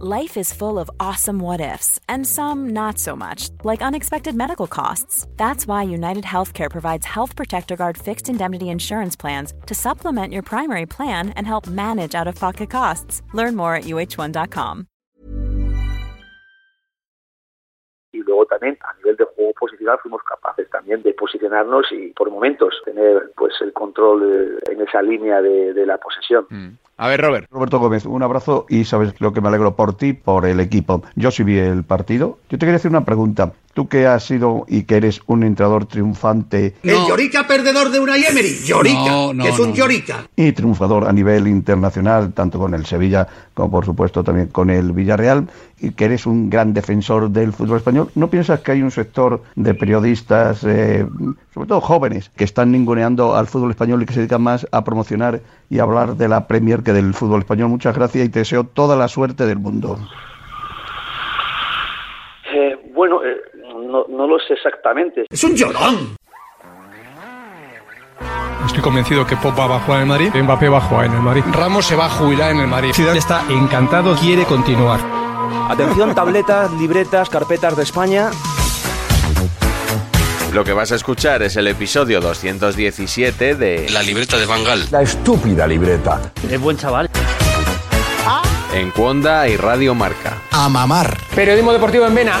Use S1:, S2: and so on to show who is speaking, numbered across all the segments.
S1: Life is full of awesome what ifs and some not so much, like unexpected medical costs. That's why United Healthcare provides Health Protector Guard fixed indemnity insurance plans to supplement your primary plan and help manage out of pocket costs. Learn more at uh1.com.
S2: y luego también a nivel de juego posicional fuimos capaces también de posicionarnos y por momentos tener pues el control eh, en esa línea de, de la posesión.
S3: Mm.
S4: A ver, Robert.
S5: Roberto Gómez, un abrazo y sabes lo que me alegro por ti, por el equipo. Yo sí vi el partido. Yo te quería hacer una pregunta. Tú que has sido y que eres un entrenador triunfante
S6: El Llorica perdedor de una Emery. Llorica,
S4: No, no,
S6: que es un
S4: no.
S6: Llorica.
S5: y triunfador a nivel internacional, tanto con el Sevilla como por supuesto también con el Villarreal, y que eres un gran defensor del fútbol español, ¿no piensas que hay un sector de periodistas, eh, sobre todo jóvenes, que están ninguneando al fútbol español y que se dedican más a promocionar y a hablar de la Premier que del fútbol español? Muchas gracias y te deseo toda la suerte del mundo.
S2: Eh, bueno, eh, no, no lo sé exactamente.
S6: Es un llorón.
S7: Estoy convencido que Pop va a jugar en el Madrid, Mbappé va a jugar en el Madrid, Ramos se va a jubilar en el Madrid. Ciudad está encantado, quiere continuar.
S8: Atención, tabletas, libretas, carpetas de España.
S9: Lo que vas a escuchar es el episodio 217 de
S3: La libreta de Bangal.
S8: La estúpida libreta.
S3: Es buen chaval.
S9: En Cuonda y Radio Marca.
S8: A mamar.
S7: Periodismo deportivo en Vena.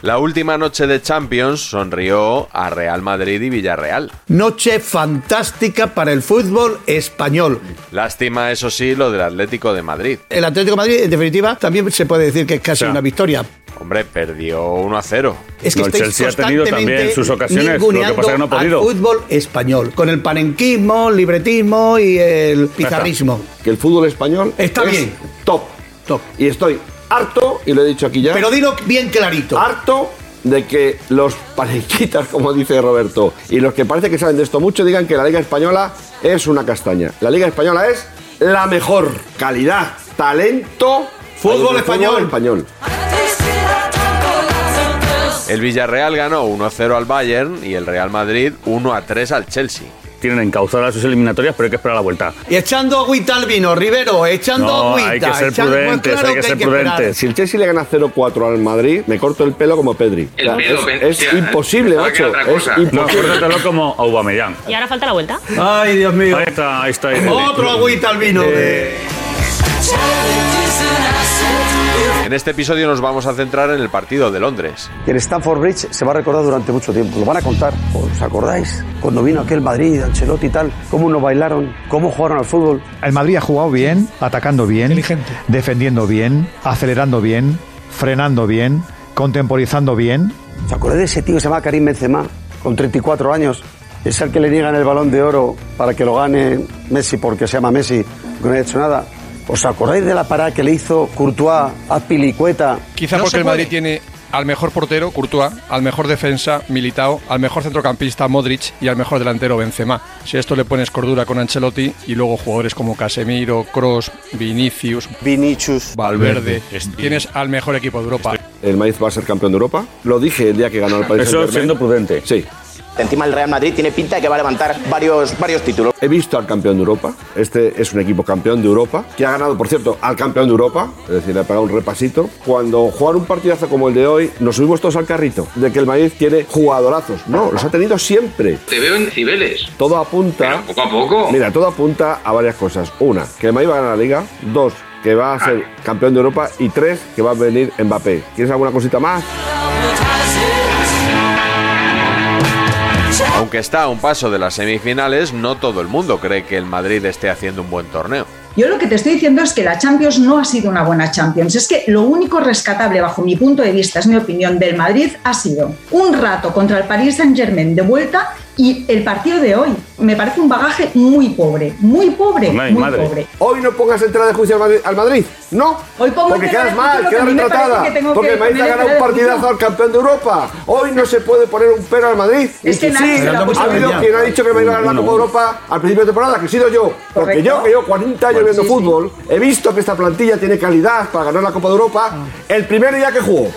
S9: La última noche de Champions sonrió a Real Madrid y Villarreal.
S6: Noche fantástica para el fútbol español.
S9: Lástima, eso sí, lo del Atlético de Madrid.
S6: El Atlético de Madrid, en definitiva, también se puede decir que es casi una victoria.
S9: Hombre, perdió 1 a 0.
S6: Es que
S3: No, el
S6: estáis
S3: Chelsea ha tenido
S6: constantemente
S3: también sus ocasiones, lo que
S6: ninguneando
S3: pasa es que no ha
S6: al
S3: podido.
S6: fútbol español, con el panenquismo, el libretismo y el pizarrismo.
S10: Que el fútbol español
S6: Está
S10: es
S6: bien.
S10: top.
S6: Top.
S10: Y estoy harto, y lo he dicho aquí ya,
S6: Pero dilo bien clarito.
S10: harto de que los parejitas, como dice Roberto, y los que parece que saben de esto mucho, digan que la Liga Española es una castaña. La Liga Española es la mejor. Calidad, talento.
S6: Fútbol
S10: hay en el
S6: español.
S10: español.
S9: El Villarreal ganó 1 a 0 al Bayern y el Real Madrid 1 a 3 al Chelsea.
S3: Tienen encauzadas sus eliminatorias, pero hay que esperar la vuelta.
S6: Y echando agüita al vino, Rivero, echando
S3: No,
S6: agüita.
S3: hay que ser
S6: echando- Pues
S3: prudentes,
S6: claro
S3: hay que ser
S6: esperar.
S3: prudentes.
S10: Si el Chelsea le gana 0-4 al Madrid, me corto el pelo como Pedri.
S3: El pelo,
S10: es-
S3: ven,
S10: es,
S3: tía,
S10: imposible,
S3: ahora
S10: macho.
S3: queda otra
S10: Es
S3: cosa. No,
S10: imposible.
S3: córtatelo como Aubameyang.
S1: ¿Y ahora falta la vuelta?
S6: Ay, Dios mío.
S3: Ahí está, ahí está. Eh, ahí está.
S6: Otro agüita al vino. de-
S9: En este episodio nos vamos a centrar en el partido de Londres.
S8: El Stanford Bridge se va a recordar durante mucho tiempo. Lo van a contar. ¿Os acordáis? Cuando vino aquel Madrid, Ancelotti y tal. Cómo nos bailaron, cómo jugaron al fútbol.
S5: El Madrid ha jugado bien, atacando bien,
S7: Inteligente.
S5: defendiendo bien, acelerando bien, frenando bien, contemporizando bien.
S8: ¿Os acordáis de ese tío que se llama Karim Benzema? Con 34 años. Es el que le niegan el balón de oro para que lo gane Messi porque se llama Messi. Que no ha hecho nada. ¿Os acordáis de la parada que le hizo Courtois a Pilicueta?
S7: Quizá porque el Madrid tiene al mejor portero, Courtois, al mejor defensa, Militao, al mejor centrocampista, Modric, y al mejor delantero, Benzema. Si a esto le pones cordura con Ancelotti y luego jugadores como Casemiro, Cross, Vinicius,
S8: Vinicius.
S7: Valverde, tienes al mejor equipo de Europa.
S10: El Madrid va a ser campeón de Europa. Lo dije el día que ganó el Paris
S3: Eso
S10: Saint-Germain.
S3: siendo prudente.
S10: Sí.
S8: Encima el Real Madrid tiene pinta de que va a levantar varios, varios títulos.
S10: He visto al campeón de Europa. Este es un equipo campeón de Europa, que ha ganado, por cierto, al campeón de Europa. Es decir, le ha pegado un repasito. Cuando jugar un partidazo como el de hoy, nos subimos todos al carrito de que el Madrid tiene jugadorazos. No, los ha tenido siempre.
S3: Te veo en Cibeles.
S10: Todo apunta.
S3: Pero poco a poco.
S10: Mira, todo apunta a varias cosas. Una, que el Madrid va a ganar la liga. Dos, que va a ser
S3: Ah.
S10: campeón de Europa. Y tres, que va a venir Mbappé. ¿Quieres alguna cosita más?
S9: Aunque está a un paso de las semifinales, no todo el mundo cree que el Madrid esté haciendo un buen torneo.
S4: Yo lo que te estoy diciendo es que la Champions no ha sido una buena Champions. Es que lo único rescatable, bajo mi punto de vista, es mi opinión, del Madrid ha sido un rato contra el Paris Saint-Germain de vuelta y el partido de hoy. Me parece un bagaje muy pobre, muy pobre, muy pobre.
S10: Hoy no pongas entrada de juicio al Madrid. al Madrid. No.
S4: Hoy pongo
S10: porque
S4: entrada
S10: quedas
S4: de
S10: mal, quedas
S4: juicio, lo que a mí me
S10: retratada.
S4: parece que tengo
S10: Porque
S4: que
S10: el Madrid ha
S4: poner
S10: ganado un
S4: entrada de
S10: partidazo al campeón de Europa. Hoy no se puede poner un pero al Madrid.
S4: Es
S10: Y
S4: que nadie
S10: sí,
S4: se lo
S10: ha
S4: ha puesto
S10: habido
S4: ya.
S10: quien ha dicho que me iba a ganar la
S4: Uno,
S10: Copa
S4: uno.
S10: Europa al principio de temporada, que he sido yo. Porque
S4: Correcto.
S10: yo, que llevo 40 años
S4: Bueno,
S10: viendo
S4: sí, sí.
S10: fútbol, he visto que esta plantilla tiene calidad para ganar la Copa de Europa el primer día que jugó.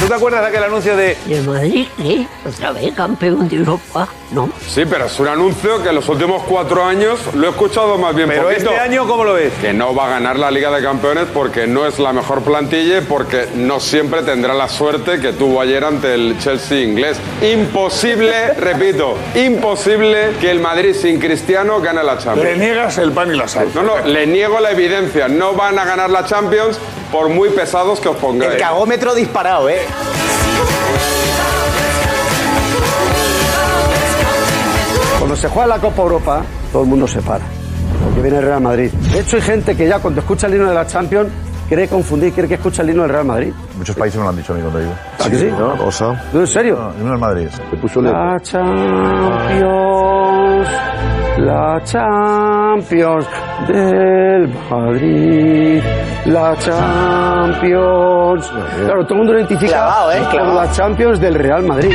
S11: ¿Tú te acuerdas de aquel anuncio de...
S12: ¿Y el Madrid qué? ¿Otra vez campeón de Europa? No.
S13: Sí, pero es un anuncio que en los últimos cuatro años lo he escuchado más bien
S11: Pero
S13: poquito.
S11: este año, ¿cómo lo ves?
S13: Que no va a ganar la Liga de Campeones porque no es la mejor plantilla y porque no siempre tendrá la suerte que tuvo ayer ante el Chelsea inglés. Imposible, repito, imposible que el Madrid sin Cristiano gane la Champions.
S14: Le niegas el pan y la sal.
S13: No, no, le niego la evidencia. No van a ganar la Champions por muy pesados que os pongáis.
S14: El cagómetro disparado, ¿eh?
S8: Cuando se juega la Copa Europa, todo el mundo se para. Porque viene el Real Madrid. De hecho, hay gente que ya cuando escucha el himno de la Champions cree confundir, cree que escucha el himno del Real Madrid.
S15: Muchos países me lo han dicho a mí cuando he ido.
S8: ¿Ah, que sí?
S15: ¿no? Cosa.
S8: ¿Tú en serio?
S15: No, el himno del Madrid. Te puso
S8: La Champions, la Champions del Madrid, la Champions. Claro, todo el mundo lo identifica
S14: Clavado, ¿eh?
S8: como
S14: Clavado.
S8: la Champions del Real Madrid.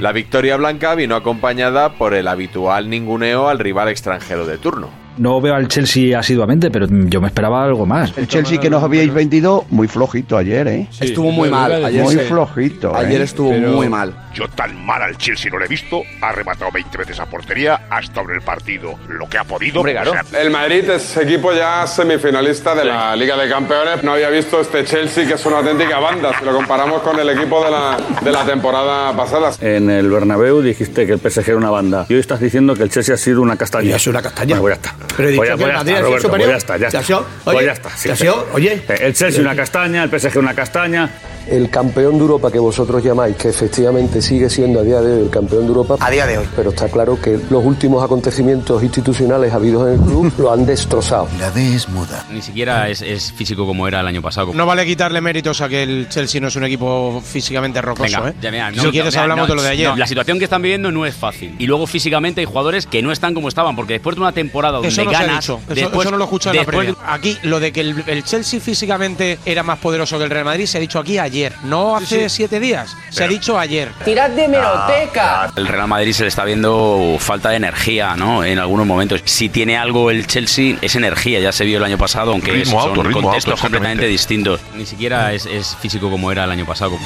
S9: La victoria blanca vino acompañada por el habitual ninguneo al rival extranjero de turno.
S16: No veo al Chelsea asiduamente, pero yo me esperaba algo más.
S5: El Chelsea que nos habíais vendido, muy flojito ayer, ¿eh?
S17: Estuvo muy mal, ayer
S5: muy
S17: se-
S5: flojito.
S17: ayer
S5: ¿eh?
S17: estuvo muy mal.
S14: Yo tan mal al Chelsea no lo he visto. Ha rematado 20 veces a portería hasta abrir el partido. Lo que ha podido. o sea,
S13: El Madrid es equipo ya semifinalista de la Liga de Campeones. No había visto este Chelsea, que es una auténtica banda, si lo comparamos con el equipo de la, de la temporada pasada.
S3: En el Bernabéu dijiste que el PSG era una banda. Y hoy estás diciendo que el Chelsea ha sido una castaña. Ya es
S6: una castaña.
S3: Bueno, pues ya está.
S6: Pero he dicho
S3: Pues ya-
S6: que
S3: pues
S6: el
S3: ya
S6: Madrid
S3: está,
S6: ha sido
S3: Roberto,
S6: superior.
S3: pues ya está, ya
S6: ¿Te
S3: está.
S6: ha sido?
S3: Pues
S6: Oye,
S3: ya está, sí.
S6: ¿te ha sido? Oye.
S3: Eh, El Chelsea una castaña, el PSG una castaña.
S18: El campeón de Europa que vosotros llamáis, que efectivamente sigue siendo a día de hoy el campeón de Europa. A día de hoy. Pero está claro que los últimos acontecimientos institucionales habidos en el club lo han destrozado. La D es muda.
S19: Ni siquiera es, es físico como era el año pasado.
S20: No vale quitarle méritos a que el Chelsea no es un equipo físicamente rocoso,
S19: Venga,
S20: ¿eh?
S19: ya, mira, no,
S20: si
S19: no,
S20: quieres
S19: mira,
S20: hablamos
S19: no,
S20: de lo de ayer.
S19: no, la situación que están viviendo no es fácil. Y luego físicamente hay jugadores que no están como estaban, porque después de una temporada donde
S20: Eso no se ha
S19: ganas,
S20: dicho. Eso-
S19: después,
S20: eso no lo he escuchado en la
S19: después-
S20: previa. Aquí, lo de que el, el Chelsea físicamente era más poderoso que el Real Madrid se ha dicho aquí ayer. No hace siete días. Se ha dicho ayer.
S21: Tirad
S19: Ah,
S21: de
S20: meroteca.
S19: El Real Madrid se le está viendo falta de energía, ¿no? En algunos momentos. Si tiene algo el Chelsea, es energía. Ya se vio el año pasado, aunque
S22: Ritmo
S19: son
S22: alto, ritmo
S19: contextos
S22: alto,
S19: completamente distintos. Ni siquiera es, es físico como era el año pasado.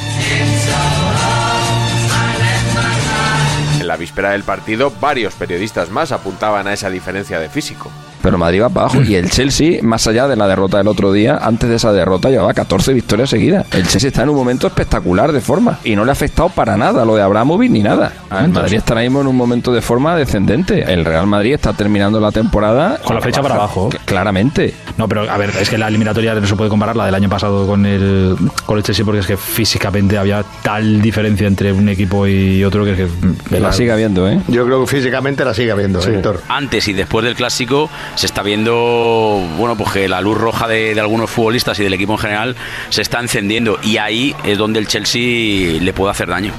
S9: En la víspera del partido, varios periodistas más apuntaban a esa diferencia de físico.
S23: Pero el Madrid va para abajo y el Chelsea, más allá de la derrota del otro día, antes de esa derrota llevaba 14 victorias seguidas. El Chelsea está en un momento espectacular de forma y no le ha afectado para nada lo de Abramovich ni nada. El Madrid está ahora mismo en un momento de forma descendente. El Real Madrid está terminando la temporada
S16: Con la flecha para abajo.
S23: Claramente.
S16: No, pero a ver, es que la eliminatoria no se puede comparar la del año pasado con el, con el Chelsea porque es que físicamente había tal diferencia entre un equipo y otro que es que...
S23: Que la sigue habiendo, ¿eh?
S22: Yo creo que físicamente la sigue habiendo, ¿eh, Víctor.
S19: Antes y después del clásico se está viendo, bueno, pues que la luz roja de, de algunos futbolistas y del equipo en general se está encendiendo y ahí es donde el Chelsea le puede hacer daño.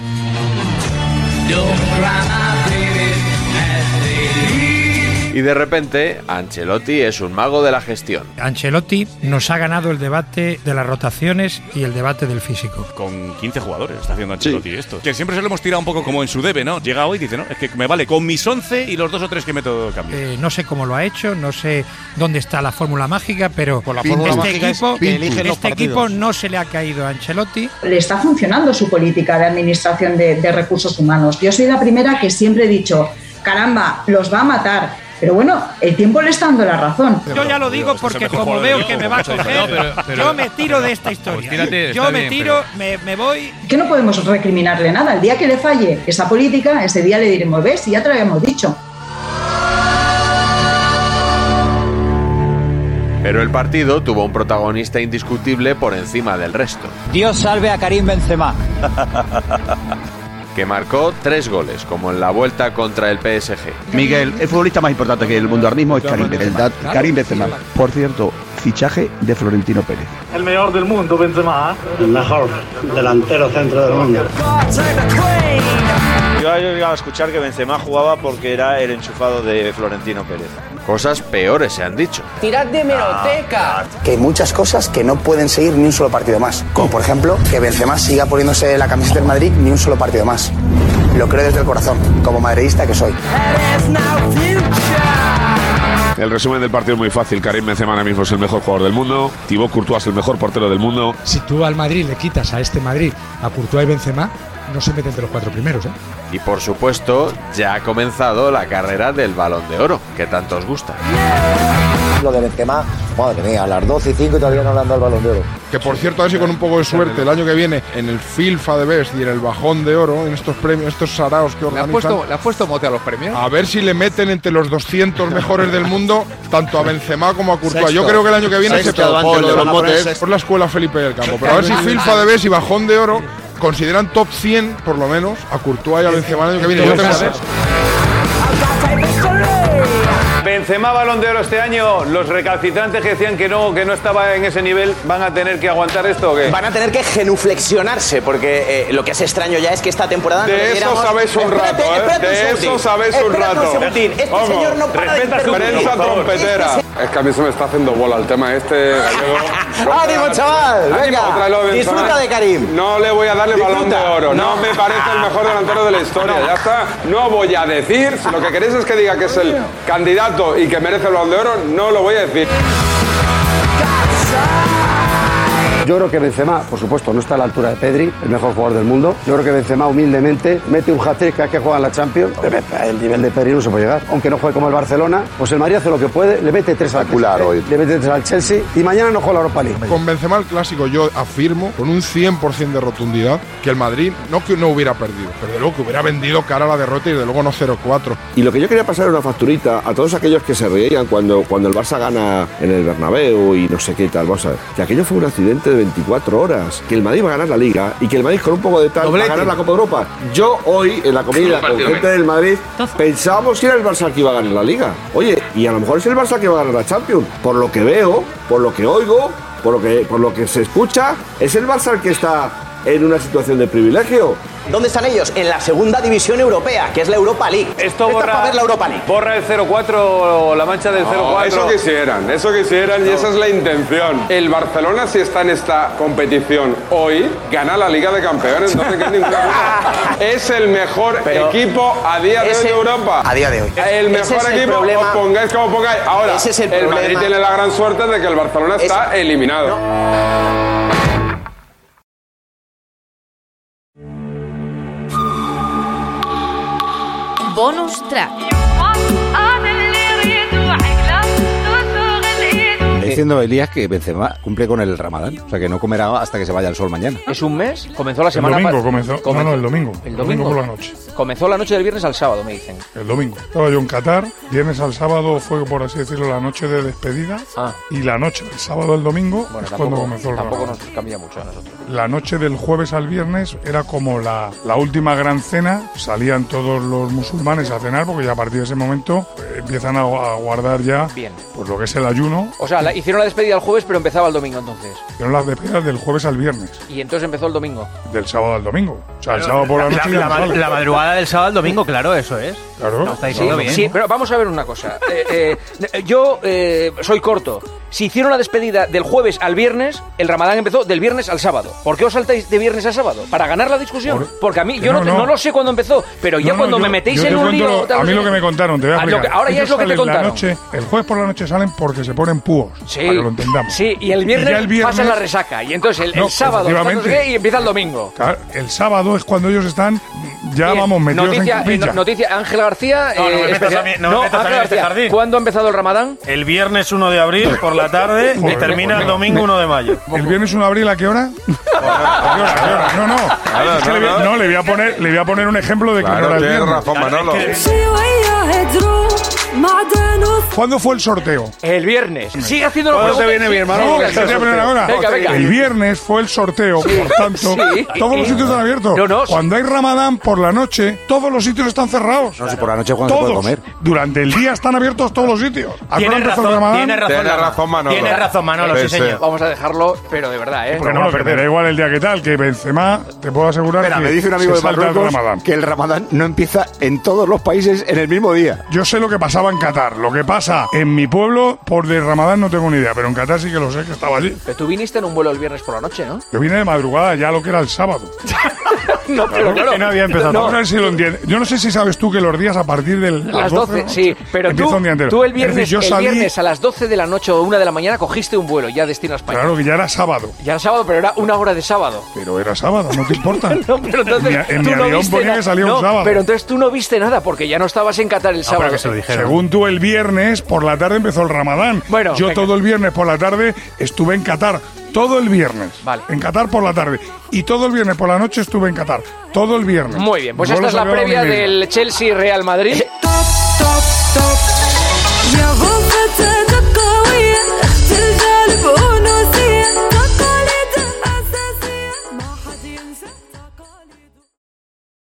S9: Y de repente, Ancelotti es un mago de la gestión.
S24: Ancelotti nos ha ganado el debate de las rotaciones y el debate del físico.
S25: Con 15 jugadores está haciendo Ancelotti esto. Que siempre se lo hemos tirado un poco como en su debe, ¿no? Llega hoy y dice, no, es que me vale con mis 11 y los dos o tres que meto cambio.
S24: Eh, no sé cómo lo ha hecho, no sé dónde está la fórmula mágica, pero
S20: la
S24: este,
S20: fórmula mágica es
S24: equipo,
S20: que eligen los
S24: este
S20: partidos.
S24: equipo no se le ha caído a Ancelotti.
S4: le está funcionando su política de administración de, de recursos humanos. Yo soy la primera que siempre he dicho, caramba, los va a matar. Pero bueno, el tiempo le está dando la razón.
S24: Yo ya lo
S25: este
S24: digo porque como veo que me va a coger, yo me tiro de
S25: pues
S24: esta historia.
S20: tírate,
S24: yo
S20: está
S24: me
S20: bien,
S24: tiro, me, me voy.
S4: Que no podemos recriminarle nada. El día que le falle esa política, ese día le diremos, ves, y ya te lo habíamos dicho.
S9: Pero el partido tuvo un protagonista indiscutible por encima del resto,
S26: Dios salve a Karim Benzema.
S9: que marcó tres goles, como en la vuelta contra el PSG.
S5: Miguel, el futbolista más importante que el mundo ahora mismo es Karim Benzema.
S9: El da- Karim Benzema.
S5: Por cierto, fichaje de Florentino Pérez.
S1: El mejor del mundo, Benzema. ¿eh? El mejor delantero centro del mundo.
S11: Yo he llegado a escuchar que Benzema jugaba porque era el enchufado de Florentino Pérez.
S9: Cosas peores se han dicho.
S2: Tirad de meroteca.
S1: Ah, Que hay muchas cosas que no pueden seguir ni un solo partido más. Como por ejemplo, que Benzema siga poniéndose la camiseta del Madrid ni un solo partido más. Lo creo desde el corazón, como madridista que soy.
S14: El resumen del partido es muy fácil. Karim Benzema ahora mismo es el mejor jugador del mundo. Thibaut Courtois es el mejor portero del mundo.
S7: Si tú al Madrid le quitas a este Madrid a Courtois y Benzema, no se mete entre los cuatro primeros, ¿eh?
S9: Y por supuesto, ya ha comenzado la carrera del Balón de Oro, que tanto os gusta.
S10: Lo de Benzema, madre mía, a las 12 y 5 todavía no le han dado el balón de oro.
S21: Que por cierto, a ver si con un poco de suerte el año que viene en el Filfa de Best y en el Bajón de Oro, en estos premios, estos saraos que
S27: ¿Le has,
S21: organizan.
S27: puesto, ¿Le has puesto mote a los premios?
S21: A ver si le meten entre los 200 mejores del mundo, tanto a Benzema como a Courtois. Yo
S27: Sexto.
S21: creo que el año que viene
S27: Sexto,
S21: se pega
S27: antes
S21: por,
S27: lo van a poner sexto.
S21: por la escuela Felipe del Campo. Pero a ver si Filfa de Bes y Bajón de Oro consideran top 100, por lo menos, a Courtois y a Benzema el año que viene. Yo tengo-
S11: Benzema Balón de Oro este año. Los recalcitrantes que decían que no, que no estaba en ese nivel, ¿van a tener que aguantar esto o qué?
S1: Van a tener que genuflexionarse, porque eh, lo que es extraño ya es que esta temporada.
S11: De
S1: no le
S11: eso
S1: diéramos-
S11: sabéis un
S1: Espérate,
S11: rato, ¿eh?
S1: espérate
S11: De
S1: un segundín.
S11: eso sabéis un
S1: Espérate
S11: rato.
S1: segundín. Este
S11: Vamos,
S1: señor no para de
S11: respeta su
S1: interrumpir.
S11: opinión,
S1: Este
S11: por favor.
S1: se-
S11: trompetera.
S13: Es que a mí se me está haciendo bola el tema este gallego.
S1: ¡Ánimo, chaval! Venga, disfruta de Karim.
S13: No le voy a darle balón de
S1: Disfruta.
S13: oro. No me parece el mejor delantero de la historia. Ya está. No voy a decir. Si lo que queréis es que diga que es el candidato y que merece el balón de oro, no lo voy a decir.
S8: Yo creo que Benzema, por supuesto, no está a la altura de Pedri, el mejor jugador del mundo. Yo creo que Benzema humildemente mete un hat-trick cada vez que juega en la Champions. El nivel de Pedri no se puede llegar. Aunque no juegue como el Barcelona, pues el Madrid hace lo que puede, le mete tres al hoy. Le mete tres al Chelsea y mañana no juega la Europa League.
S21: Con Benzema el clásico yo afirmo con un 100% de rotundidad que el Madrid no que no hubiera perdido, pero de luego que hubiera vendido cara a la derrota y de luego no 0-4.
S1: Y lo que yo quería pasar era una facturita a todos aquellos que se reían cuando, cuando el Barça gana en el Bernabéu y no sé qué tal, vamos a ver. Que aquello fue un accidente de 24 horas, que el Madrid va a ganar la Liga y que el Madrid con un poco de tal va a
S2: Doblete.
S1: ganar la Copa Europa. Yo hoy en la comida con
S2: partido
S1: gente del Madrid pensábamos que era el Barça el que iba a ganar la Liga. Oye, y a lo mejor es el Barça el que va a ganar la Champions. Por lo que veo, por lo que oigo, por lo que, por lo que se escucha, es el Barça el que está en una situación de privilegio. ¿Dónde están ellos? En la segunda división europea, que es la Europa League. Esto borra- para ver la Europa League.
S11: Borra el 0-4 o la mancha del
S13: No,
S11: 0-4.
S13: eso quisieran, eso quisieran y esa es la intención. El Barcelona, si está en esta competición hoy, gana la Liga de Campeones. No te quedes ninguna duda. Es el mejor
S1: Pero
S13: equipo a día de hoy
S1: ese-
S13: de Europa.
S1: a día de hoy.
S13: El
S1: Ese
S13: mejor
S1: es el
S13: equipo,
S1: problema.
S13: os pongáis como pongáis. Ahora,
S1: Ese es el
S13: Madrid
S1: problema.
S13: tiene la gran suerte de que el Barcelona
S1: Ese-
S13: está eliminado.
S2: Bonus track.
S27: Eh,
S7: Está diciendo Elías que Benzema cumple con el Ramadán, o sea que no comerá hasta que se vaya el sol mañana.
S27: Es un mes, comenzó la
S7: El
S27: semana
S7: domingo
S27: pa-
S7: comenzó.
S27: come-
S7: No, no,
S28: el domingo.
S27: El
S28: El domingo
S27: domingo
S28: por la noche.
S27: Comenzó la noche del viernes al sábado, me dicen.
S28: El domingo. Estaba yo en Qatar, viernes al sábado fue, por así decirlo, la noche de despedida.
S21: Ah.
S28: Y la noche del sábado al domingo
S27: Bueno,
S28: es cuando
S27: tampoco,
S28: comenzó el
S27: tampoco
S28: Ramadán.
S27: nos cambia mucho a nosotros.
S28: La noche del jueves al viernes era como la, la última gran cena. Salían todos los musulmanes a cenar porque ya a partir de ese momento eh, empiezan a, a guardar ya
S27: Bien.
S28: pues, lo que es el ayuno.
S27: O sea, la- hicieron la despedida el jueves, pero empezaba el domingo entonces.
S28: Hicieron las despedidas del jueves al viernes,
S27: Y entonces empezó el domingo.
S28: del sábado al domingo. O sea, el sábado por la noche. ya no sales.
S10: madrugada del sábado al domingo, claro, eso es.
S28: Claro.
S10: No, está diciendo bien.
S27: Sí, pero vamos a ver una cosa. Eh, eh, yo eh, soy corto. Si hicieron la despedida del jueves al viernes, el ramadán empezó del viernes al sábado. ¿Por qué os saltáis de viernes a sábado? ¿Para ganar la discusión? Porque a mí, yo no,
S28: no, no.
S27: no lo sé cuándo empezó, pero ya
S28: No, no,
S27: cuando
S28: yo-
S27: me metéis
S28: yo te
S27: en un
S28: cuento
S27: lío...
S28: lo-
S27: tal,
S28: a mí
S27: no sé
S28: lo que
S27: qué.
S28: me contaron, te voy a
S27: Ah, lo que-
S28: explicar.
S27: ahora ya
S28: Ellos
S27: es lo que te
S28: salen la
S27: contaron.
S28: noche- el jueves por la noche salen porque se ponen púos.
S27: Sí,
S28: Para que lo entendamos.
S27: sí, y el
S28: Y
S27: viernes,
S28: ya el viernes-
S27: pasan la resaca. Y entonces el, el
S28: No,
S27: sábado está no sé
S28: efectivamente.
S27: qué, y empieza el domingo.
S28: Claro, el sábado es cuando ellos están ya
S27: Bien,
S28: vamos metidos
S27: noticia,
S28: en capilla.
S27: eh, noticia, Ángel García. eh,
S7: No, no me metas
S27: especial-
S7: a mí- no me metas a mí
S27: Ángel
S7: en este
S27: García,
S7: jardín.
S27: ¿Cuándo ha empezado el ramadán?
S7: El viernes 1 de abril por la tarde y
S28: Joder,
S7: termina el
S28: joder.
S7: domingo 1 de mayo.
S28: el viernes 1 de abril, ¿a qué hora? No, no. Es que le voy a- no, le voy a poner, le voy a poner un ejemplo de que no era el viernes.
S14: Manolo.
S7: Es que-
S28: ¿Cuándo fue el sorteo?
S27: El viernes. Sigue haciendo la
S28: ¿Cuándo
S27: pregunta.
S28: te viene bien, hermano?
S27: Venga,
S28: Que te voy a poner ahora.
S27: Venga, venga.
S28: El viernes fue el sorteo,
S27: Sí.
S28: por tanto,
S27: Sí.
S28: todos los sitios están abiertos. Cuando hay Ramadán por la noche, todos los sitios están cerrados.
S29: No sé, por la noche cuando se
S28: Todos.
S29: puede comer.
S28: Durante el día están abiertos todos los sitios. ¿A qué hora
S30: Tienes
S28: empezó el
S30: razón,
S28: Ramadán?
S30: tienes razón, Tienes Manolo. razón, Manolo. Tienes razón, Manolo, sí, señor.
S27: Vamos a dejarlo, pero de verdad, ¿eh?
S28: Porque no lo perderá igual el día que tal, que Benzema, te puedo asegurar
S31: Espera,
S28: que
S31: me dice un amigo
S28: se
S31: de
S28: salta el
S31: Marruecos
S28: Ramadán.
S31: que el Ramadán no empieza en todos los países en el mismo día.
S28: Yo sé lo que pasaba en Qatar, lo que pasa en mi pueblo, por de Ramadán no tengo ni idea, pero en Qatar sí que lo sé, que estaba allí.
S27: Pero tú viniste en un vuelo el viernes por la noche, ¿no?
S28: Yo vine de madrugada, ya lo que era el sábado.
S27: no, pero claro.
S28: Que no había empezado.
S27: No.
S28: Vamos a ver si lo entiende. Yo no sé si sabes tú que los días a partir de
S27: Las 12, sí, pero tú,
S28: empieza un día entero.
S27: tú el,
S28: Es decir,
S27: viernes,
S28: yo
S27: el
S28: salí,
S27: viernes a las 12 de la noche o 1 de la mañana cogiste un vuelo ya destino a España.
S28: Claro que ya era sábado.
S27: Ya era sábado, pero era una hora de sábado.
S28: Pero era sábado, no te importa.
S27: No, pero entonces
S28: En mi- en
S27: tú
S28: mi
S27: no
S28: avión
S27: viste
S28: ponía
S27: na-
S28: que salía un
S27: no,
S28: sábado.
S27: Pero entonces tú no viste nada porque ya no estabas en Qatar el sábado.
S28: Según tú, el viernes por la tarde empezó el Ramadán.
S27: Bueno,
S28: yo
S27: venga.
S28: todo el viernes por la tarde estuve en Qatar. Todo el viernes.
S27: Vale.
S28: En Qatar por la tarde. Y todo el viernes por la noche estuve en Qatar. Todo el viernes.
S27: Muy bien, pues
S28: Yo
S27: esta
S28: lo
S27: es la
S28: sabía a la
S27: previa
S28: misma.
S27: del Chelsea Real Madrid.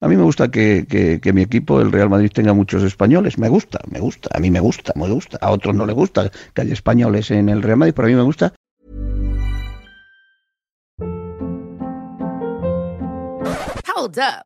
S5: A mí me gusta que, que- que mi equipo, el Real Madrid, tenga muchos españoles. Me gusta, me gusta, a mí me gusta, me gusta. A otros no le gusta que haya españoles en el Real Madrid, pero a mí me gusta.
S26: Hold up.